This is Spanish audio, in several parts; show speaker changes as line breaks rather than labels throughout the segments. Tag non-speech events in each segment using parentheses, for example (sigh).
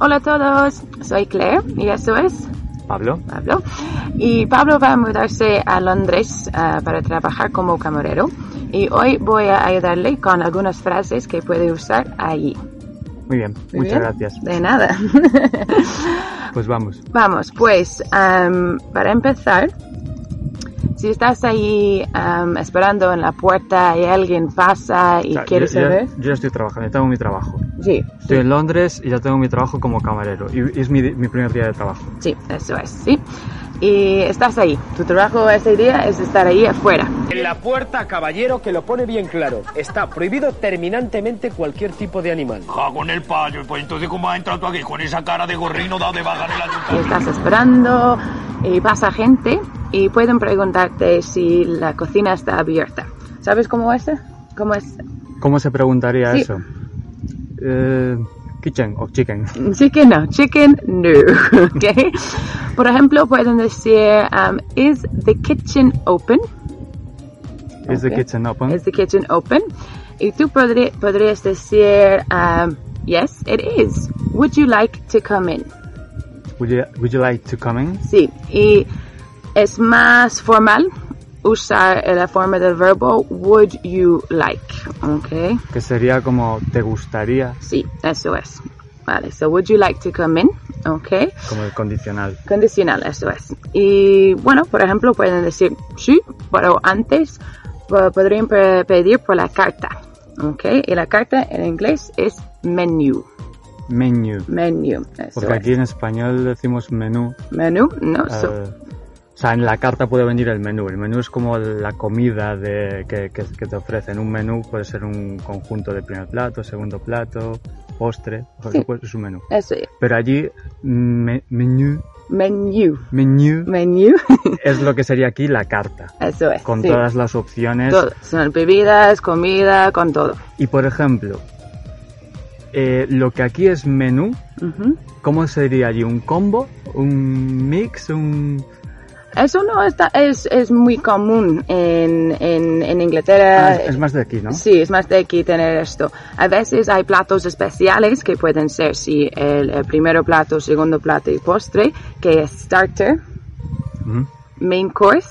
Hola a todos, soy Claire y eso es
Pablo.
Pablo. Y Pablo va a mudarse a Londres ah, para trabajar como camarero y hoy voy a ayudarle con algunas frases que puede usar allí.
Muy bien,
Muy
muchas
bien.
gracias.
De nada. (laughs)
Pues vamos.
Vamos, pues am, para empezar, si estás ahí am, esperando en la puerta y alguien pasa y
O sea,
quieres
yo, yo-
saber,
yo estoy trabajando, yo tengo mi trabajo.
sí,
Estoy en Londres y ya tengo mi trabajo como camarero. Y es mi, di- mi primer día de trabajo.
sí, eso es, sí. Y estás ahí. Tu trabajo ese día es estar ahí afuera.
En la puerta, caballero, que lo pone bien claro. Está prohibido terminantemente cualquier tipo de animal.
Ah, con el payo. Pues entonces, ¿cómo has entrado tú aquí con esa cara de gorrino dado de baja en el
y
ayuntamiento?
estás esperando y pasa gente y pueden preguntarte si la cocina está abierta. ¿Sabes cómo es? ¿Cómo es?
¿Cómo se preguntaría
Sí.
eso? Eh, kitchen o chicken.
Chicken no, chicken no. (laughs) ¿ok? Por ejemplo, pueden decir, um, is the kitchen open?
Is the
Ok.
kitchen open?
Is the kitchen open? Y tú podri- podrías decir, um, yes, it is. Would you like to come in?
Would, you, would you like to come in?
Sí, y es más formal usar la forma del verbo would you like, ¿ok?
Que sería como te gustaría,
Sí, eso es. Vale, so would you like to come in? Ok.
como el condicional.
Condicional, eso es. Y bueno, por ejemplo, pueden decir sí, pero antes po- podrían pe- pedir por la carta. Ok. Y la carta en inglés es menu.
Menu.
Menu, eso
Porque aquí
es.
en español decimos menú.
Menú, no, so-
eh, o sea, en la carta puede venir el menú. El menú es como la comida de, que, que- que te ofrecen. Un menú puede ser un conjunto de primer plato, segundo plato, postre. Por
Sí.
supuesto, es un menú.
eso es.
Pero allí, me- menú,
Menu.
menú
Menu, (laughs)
es lo que sería aquí la carta.
eso es.
Con
sí.
todas las opciones.
Todo. Son bebidas, comida, con todo.
Y por ejemplo, eh, lo que aquí es menú,
Ujú.
¿cómo sería allí? ¿Un combo? ¿Un mix? ¿Un.?
Eso no está, es, es muy común en, en, en
Ah,
Inglaterra.
es, es más de aquí, ¿no?
Eh, Sí, es más de aquí tener esto. A veces hay platos especiales que pueden ser, sí, el, el primero plato, segundo plato y postre, que es starter,
Ujú.
main course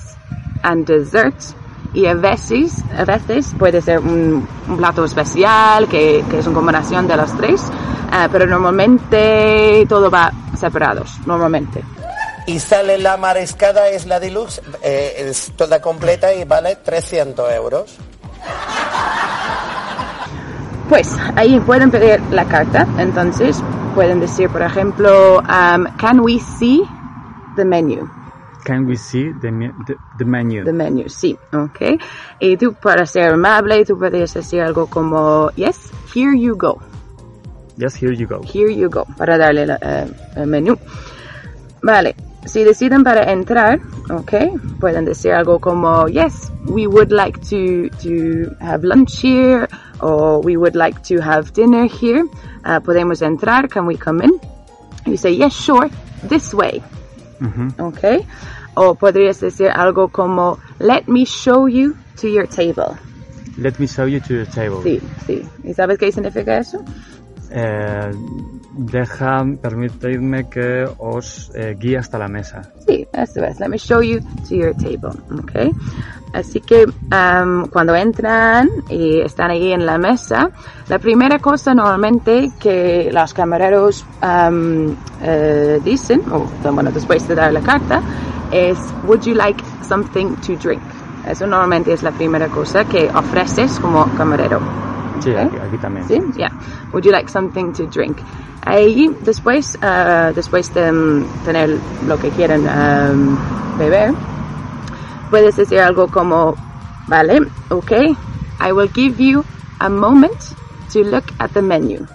and dessert. Y a veces, a veces puede ser un, un plato especial que, que es una combinación de los tres, ah, pero normalmente todo va separados, normalmente.
Y sale la mariscada Isla Deluxe, eh, es toda completa y vale 300 euros.
Pues ahí pueden pedir la carta, entonces pueden decir, por ejemplo, um, can we see the menu?
Can we see the, me- the, the menu?
The menu, sí, ok. Y tú, para ser amable, tú puedes decir algo como, yes, here you go,
Yes, here you go.
here you go, para darle la- eh, el menú. Vale, si deciden para entrar, ok, pueden decir algo como, yes, we would like to, to have lunch here, or we would like to have dinner here. Ah, podemos entrar, can we come in? You say, yes, sure, this way. Ok. O podrías decir algo como, let me show you to your table.
Let me show you to the table.
Sí, sí. ¿Y sabes qué significa eso?
Eh, deja, permitidme que os eh, guíe hasta la mesa.
Sí, eso es. Let me show you to your table. Okay. Así que am, cuando entran y están ahí en la mesa, la primera cosa normalmente que los camareros am, eh, dicen, o bueno, después de dar la carta, es Would you like something to drink? Eso normalmente es la primera cosa que ofreces como camarero.
Sí,
Ok.
aquí, aquí también.
Sí, yeah. Would you like something to drink? Ahí después, ah, después de mm, tener lo que quieren um, am, beber, puedes decir algo como, vale, ok, I will give you a moment to look at the menu.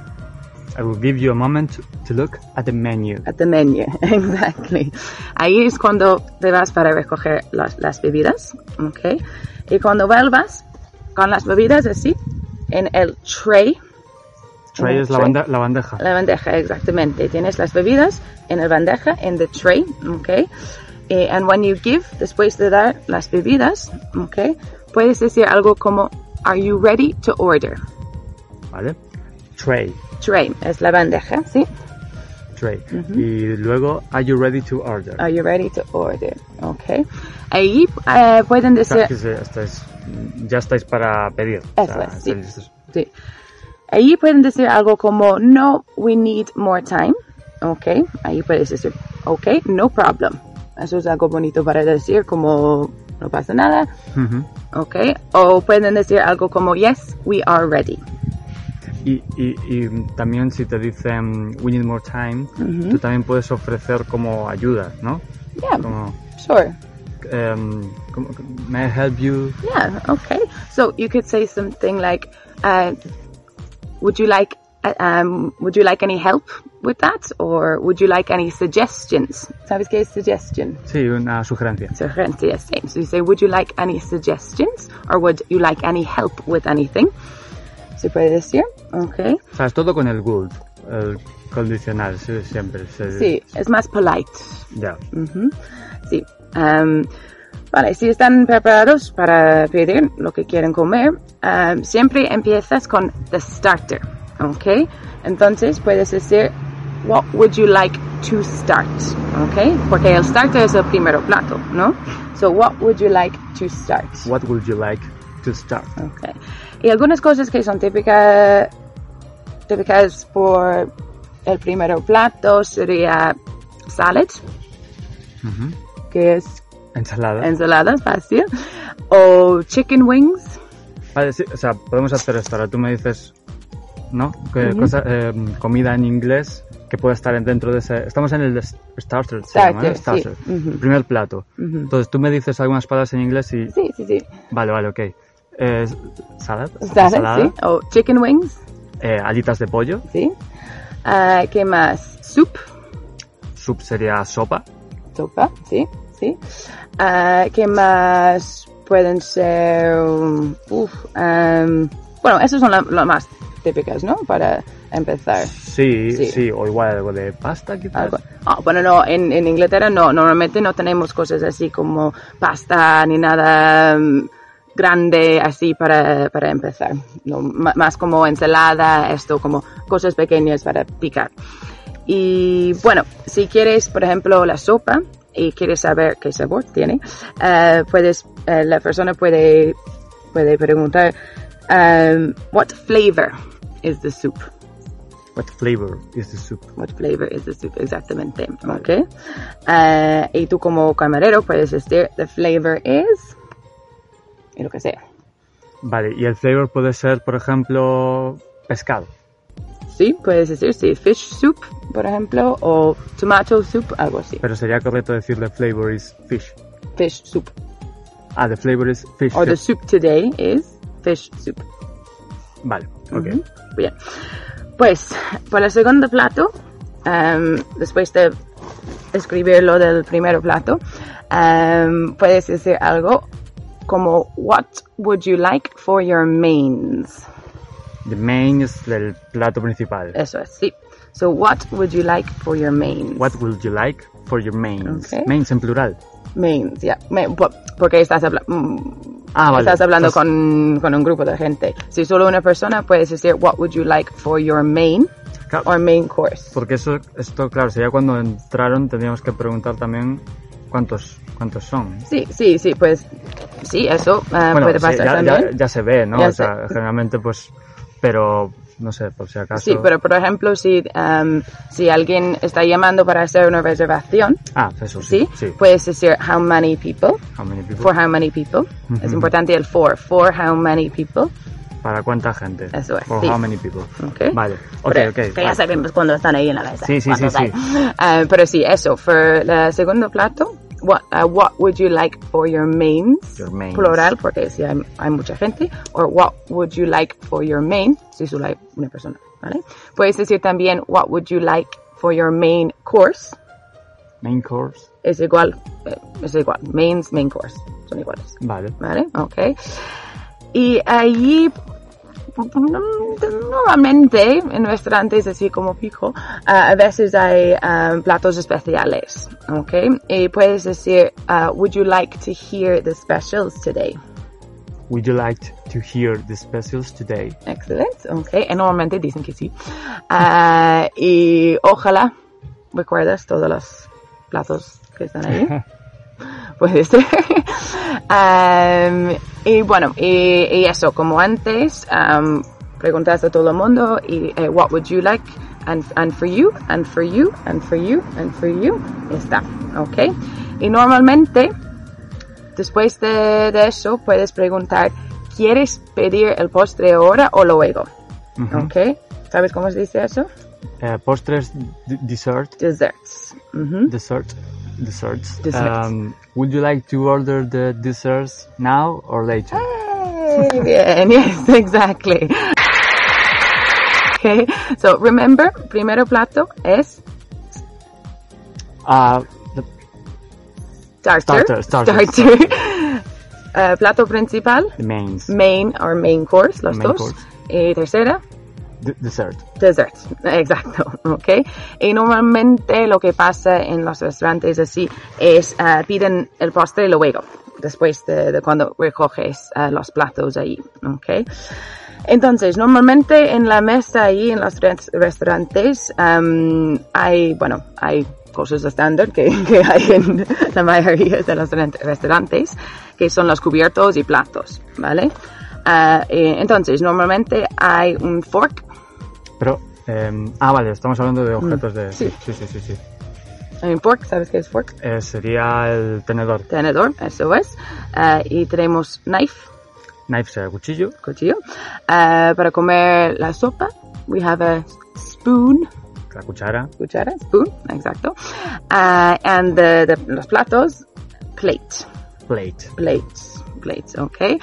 I will give you a moment to look at the menu.
At the menu, (laughs) exactly. Ahí es cuando te vas para recoger las, las bebidas, ¿ok? Y cuando vuelvas con las bebidas así, en el tray,
Tray
Oh,
es la,
tray.
banda- la bandeja.
la bandeja, exactamente. Tienes las bebidas en el bandeja, en the tray, ¿ok? Eh, and when you give, después de dar las bebidas, ¿ok? Puedes decir algo como, are you ready to order?
¿Vale? Tray.
Tray es la bandeja, ¿sí?
Tray. Y luego, are you ready to order?
Are you ready to order? ¿Ok? Ahí eh, pueden
O sea,
decir...
que se- estáis- ya estáis para pedir. O
Eso
sea,
es, sí.
estáis listos.
Sí. Ahí pueden decir algo como, no, we need more time. Ok, ahí puedes decir, ok, no problem. Eso es algo bonito para decir, como, no pasa nada.
Ujú.
Ok, o pueden decir algo como, yes, we are ready.
Y, y- y también si te dicen we need more time, tú también puedes ofrecer como ayuda, ¿no?
Yeah,
Como,
sure.
em, como, may I help you?
Yeah, okay. So you could say something like, uh, would you like, uh, um, would you like any help with that? Or would you like any suggestions? ¿Sabes qué es suggestion?
Sí, una sugerencia.
sugerencia, same. So you say, would you like any suggestions? Or would you like any help with anything? Se puede decir, ok.
O sea, es todo con el good, el condicional, sí, siempre. se-
Sí, es más polite.
Ya.
Sí. Em, vale, si están preparados para pedir lo que quieren comer, em, siempre empiezas con the starter, ok. Entonces puedes decir, what would you like to start? Ok, porque el starter es el primero plato, ¿no? So what would you like to start?
What would you like to start?
Ok. Y algunas cosas que son típicas, típicas por el primer plato sería salad, que es
Ensalada.
ensalada fácil, o chicken wings,
Vale, sí, o sea, podemos hacer esto. Ahora tú me dices, ¿no? Que cosa- em, comida en inglés que pueda estar en- dentro de ese... Estamos en el s- starter, se llama, ¿no?
Starter, sí.
Starter. El primer plato. Entonces tú me dices algunas palabras en inglés y...
sí, sí, sí,
Vale, vale, ok. Eh, salad,
salad, sí, o chicken wings,
eh, alitas de pollo,
sí. Ah, ¿Qué más? Soup,
soup sería sopa,
sopa, sí, sí. Ah, ¿Qué más pueden ser? Uf, em, bueno, esas son las más típicas, ¿no? Para empezar.
sí,
Sí.
sí, o igual algo de pasta quizás.
Algo- Ah, bueno, no, en, en Inglaterra no, normalmente no tenemos cosas así como pasta ni nada mm, grande así para, para empezar. No, ma- más como ensalada, esto, como cosas pequeñas para picar. Y bueno, si quieres, por ejemplo, la sopa y quieres saber qué sabor tiene, eh, puedes, eh, la persona puede, puede preguntar, um, what flavor is the soup?
What flavor is the soup?
What flavor is the soup? Exactamente. Ok. Eh, y tú como camarero puedes decir, the flavor is... Y lo que sea.
Vale, y el flavor puede ser, por ejemplo, pescado.
Sí, puedes decir, sí, fish soup, por ejemplo, o tomato soup, algo así.
Pero sería correcto decir the flavor is fish.
Fish soup.
Ah, the flavor is fish.
Or Oh, the
soup.
soup today is fish soup.
Vale, ok.
Bien. Pues, para el segundo plato, em, después de escribir lo del primer plato, em, puedes decir algo como, what would you like for your mains?
The main es el plato principal.
Eso es, sí. So, what would you like for your mains?
What would you like for your mains?
Ok.
Mains en plural.
Mains, ya. Me- po- Porque estás, habla- mm,
Ah, vale.
estás hablando
Estás-
con, con un grupo de gente. Si solo una persona, puedes decir, what would you like for your main
Claro,
or main course?
Porque eso, esto, claro, sería cuando entraron, tendríamos que preguntar también cuántos, cuántos son.
Sí, sí, sí, pues sí, eso eh,
bueno,
puede
sí,
pasar
ya, ya-
también.
ya se ve, ¿no?
Ya
o sea, generalmente, pues, pero, no sé, por si acaso.
Sí, pero por ejemplo, si, em, si alguien está llamando para hacer una reservación,
Ah, eso
¿sí? Pues-
sí. sí.
Puedes decir how many people,
How many people?
for how many people. Es importante el for, for how many people.
¿Para cuánta gente?
Eso es,
For
sí.
how many people.
Ok.
Vale, ok,
Pero
ok.
Que ya
vale.
sabemos cuando Ah, están ahí en la mesa.
Sí, sí,
cuando
sí,
tal. Eh, pero sí, eso, for el segundo plato, what, uh, what would you like for your mains?
Your mains.
Plural, porque si hay, hay mucha gente. Or what would you like for your main? Si solo hay una persona, ¿vale? Puedes decir también what would you like for your main course.
Main course.
Es igual, eh, es igual. Mains, main course. Son iguales.
Vale.
¿Vale? Ok. Y allí, pu- pu- no- normalmente, en restaurantes así como fijo, ah, a veces hay ah, platos especiales. Ok. Y puedes decir, ah, would you like to hear the specials today?
Would you like to hear the specials today?
Excelente. Ok. Y normalmente dicen que sí. Ah, y ojalá recuerdas todos los platos que están ahí. puede ser. Am, y bueno, y, y eso, como antes, am, preguntas a todo el mundo y eh, what would you like and, and for you, and for you, and for you, and for you, y está, ¿ok? Y normalmente, después de, de eso, puedes preguntar, ¿quieres pedir el postre ahora o luego?
Ujú.
¿Ok? ¿Sabes cómo se dice eso?
Eh, postres, d- dessert,
Desserts. Ujú.
dessert, desserts.
¿Mm? Desserts.
Um, would you like to order the desserts now or later?
Ah. Yay, Bien, (laughs) yes, exactly. Okay, so remember, primero plato es
Uh, the
starter.
Starter, starter,
(laughs) Eh, plato principal,
the mains.
main or main course, los
Main
dos.
course.
Y tercera,
D- dessert.
dessert. Exacto, (laughs) ok. Y normalmente lo que pasa en los restaurantes así es eh, piden el postre luego, después de, de cuando recoges eh, los platos ahí, ok. Entonces, normalmente en la mesa ahí, en los res- restaurantes, em, hay, bueno, hay cosas estándar que, (laughs) que hay en la mayoría de los restaurant- restaurantes, que son los cubiertos y platos, ¿vale? Ah, eh, entonces, normalmente hay un fork,
Pero, em, ah, vale, estamos hablando de objetos de...
Mm. sí.
sí, sí, sí. sí.
Un fork, ¿sabes qué es fork?
Eh, sería el tenedor.
Tenedor, eso es. Ah, y tenemos knife,
Knife sería cuchillo.
cuchillo. Ah, para comer la sopa, we have a spoon,
La cuchara.
cuchara, spoon, exacto. Ah, and the- the- los platos, plate,
Plate.
plates, plates, ok.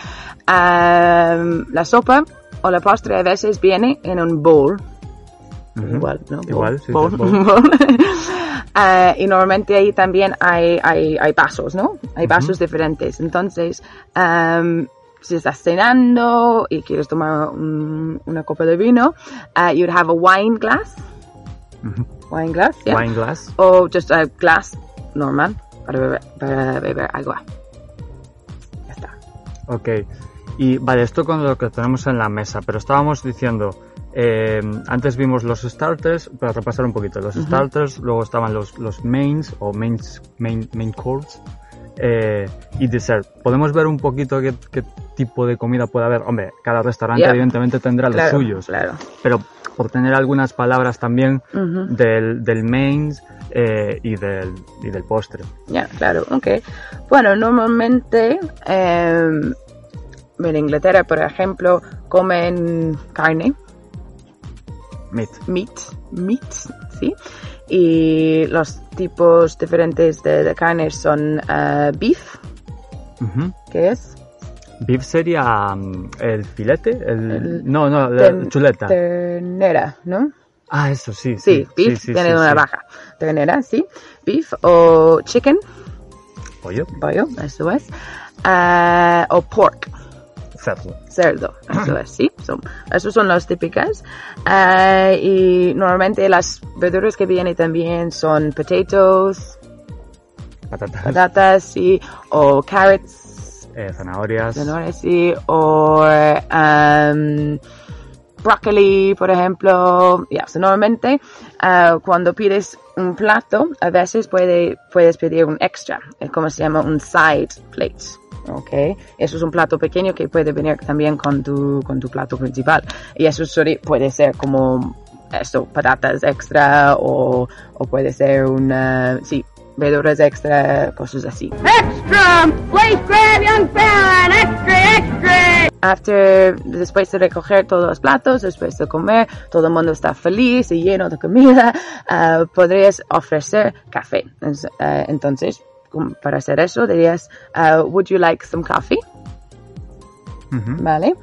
Ah, la sopa o la postre a veces viene en un bowl. Igual, ¿no? Bowl,
Igual, sí, sí,
bowl,
bowl.
(laughs) bowl. Ah, y normalmente ahí también hay, hay, hay vasos, ¿no? Hay vasos diferentes. Entonces, am, si estás cenando y quieres tomar un- una copa de vino, ah, you'd have a wine glass. Wine glass, yeah.
Wine glass.
O just a glass normal para beber, para beber agua. Ya está.
Ok. Y vale, esto con lo que tenemos en la mesa, pero estábamos diciendo, eh, antes vimos los starters, para repasar un poquito, los starters, luego estaban los, los mains o mains, main, main course eh, y dessert. Podemos ver un poquito qué, qué tipo de comida puede haber. Hombre, cada restaurante
Yeah.
evidentemente tendrá
Claro,
los suyos,
claro.
pero por tener algunas palabras también del, del mains eh, y, del, y del postre.
Ya, claro, ok. Bueno, normalmente em, en Inglaterra, por ejemplo, comen carne,
Meat.
meat, meat, ¿sí? Y los tipos diferentes de, de carne son eh, beef,
Ujú.
que es
Beef sería mm, el filete, el,
El-
no, no, la
ten-
chuleta.
ternera, ¿no?
Ah, eso sí.
Sí, beef tiene una
sí.
baja. Ternera, sí. Beef o chicken,
Pollo,
pollo, eso es. Ah, o pork,
cerdo.
cerdo, eso es, sí, son, esos son los típicas. Ah, y normalmente las verduras que vienen también son potatoes,
Patatas,
patatas, sí, o carrots,
eh, zanahorias,
menores, sí, o um, broccoli, por ejemplo. Ya, so normalmente ah, cuando pides un plato, a veces puede, puedes pedir un extra, es como se llama un side plate. Ok, eso es un plato pequeño que puede venir también con tu, con tu plato principal. Y eso sorry, puede ser como esto, patatas extra o, o puede ser una, sí, verduras extra, cosas así. after, después de recoger todos los platos, después de comer, todo el mundo está feliz (laughs) y lleno de comida, ah, podrías ofrecer café. Es- eh, entonces, com- para hacer eso dirías, ah, would you like some coffee?
Ujú.
¿vale?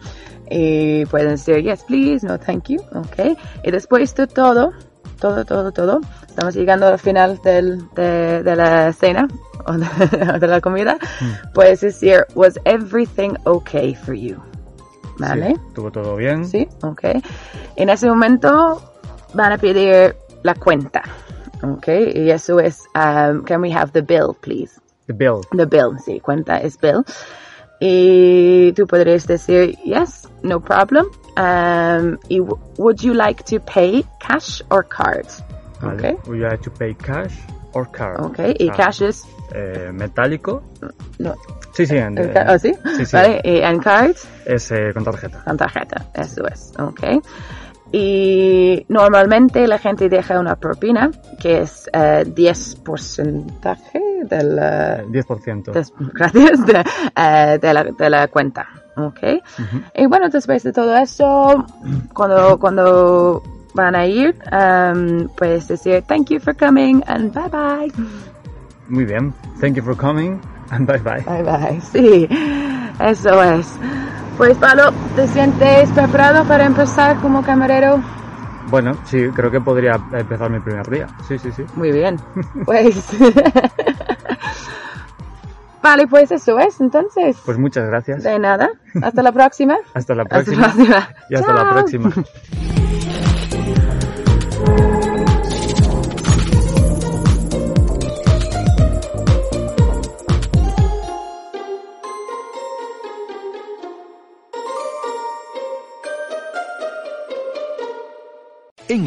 Y pueden decir yes, please, no, thank you, ok. Y después de todo, todo, todo, todo, estamos llegando al final del, de, de la cena (laughs) o de, o de la comida, puedes decir, was everything okay for you? ¿Vale?
Sí, estuvo todo bien.
Sí, ok. En ese momento van a pedir la cuenta, ok. Y eso es, um, can we have the bill, please?
The bill.
The bill, sí, cuenta es bill. Y tú podrías decir, yes, no problem. Um, y w- would you like to pay cash or card?
Vale.
Ok.
Would you like to pay cash or card?
Ok, y
Ah,
cash es...
eh, metálico.
No,
Sí, sí. en-
el ca- ¿oh, sí?
Sí, sí.
Vale, y en card,
Es eh, con tarjeta.
con tarjeta, eso es, ok. Y normalmente la gente deja una propina que es eh, 10% de la,
Eh, 10%.
Des- (laughs) gracias de, eh, de la, de la cuenta. ¿ok? Y bueno, después de todo eso, cuando, cuando van a ir, em, puedes decir thank you for coming and bye bye.
Muy bien. Thank you for coming and bye bye.
Bye bye. Sí, eso es. Pues Pablo, ¿te sientes preparado para empezar como camarero?
Bueno, sí, creo que podría empezar mi primer día. Sí, sí, sí.
Muy bien. Pues. vale, pues eso es. Entonces,
Pues muchas gracias.
de nada. Hasta la próxima.
Hasta la
Hasta
próxima.
la próxima.
Y hasta la
Chao.
próxima.
En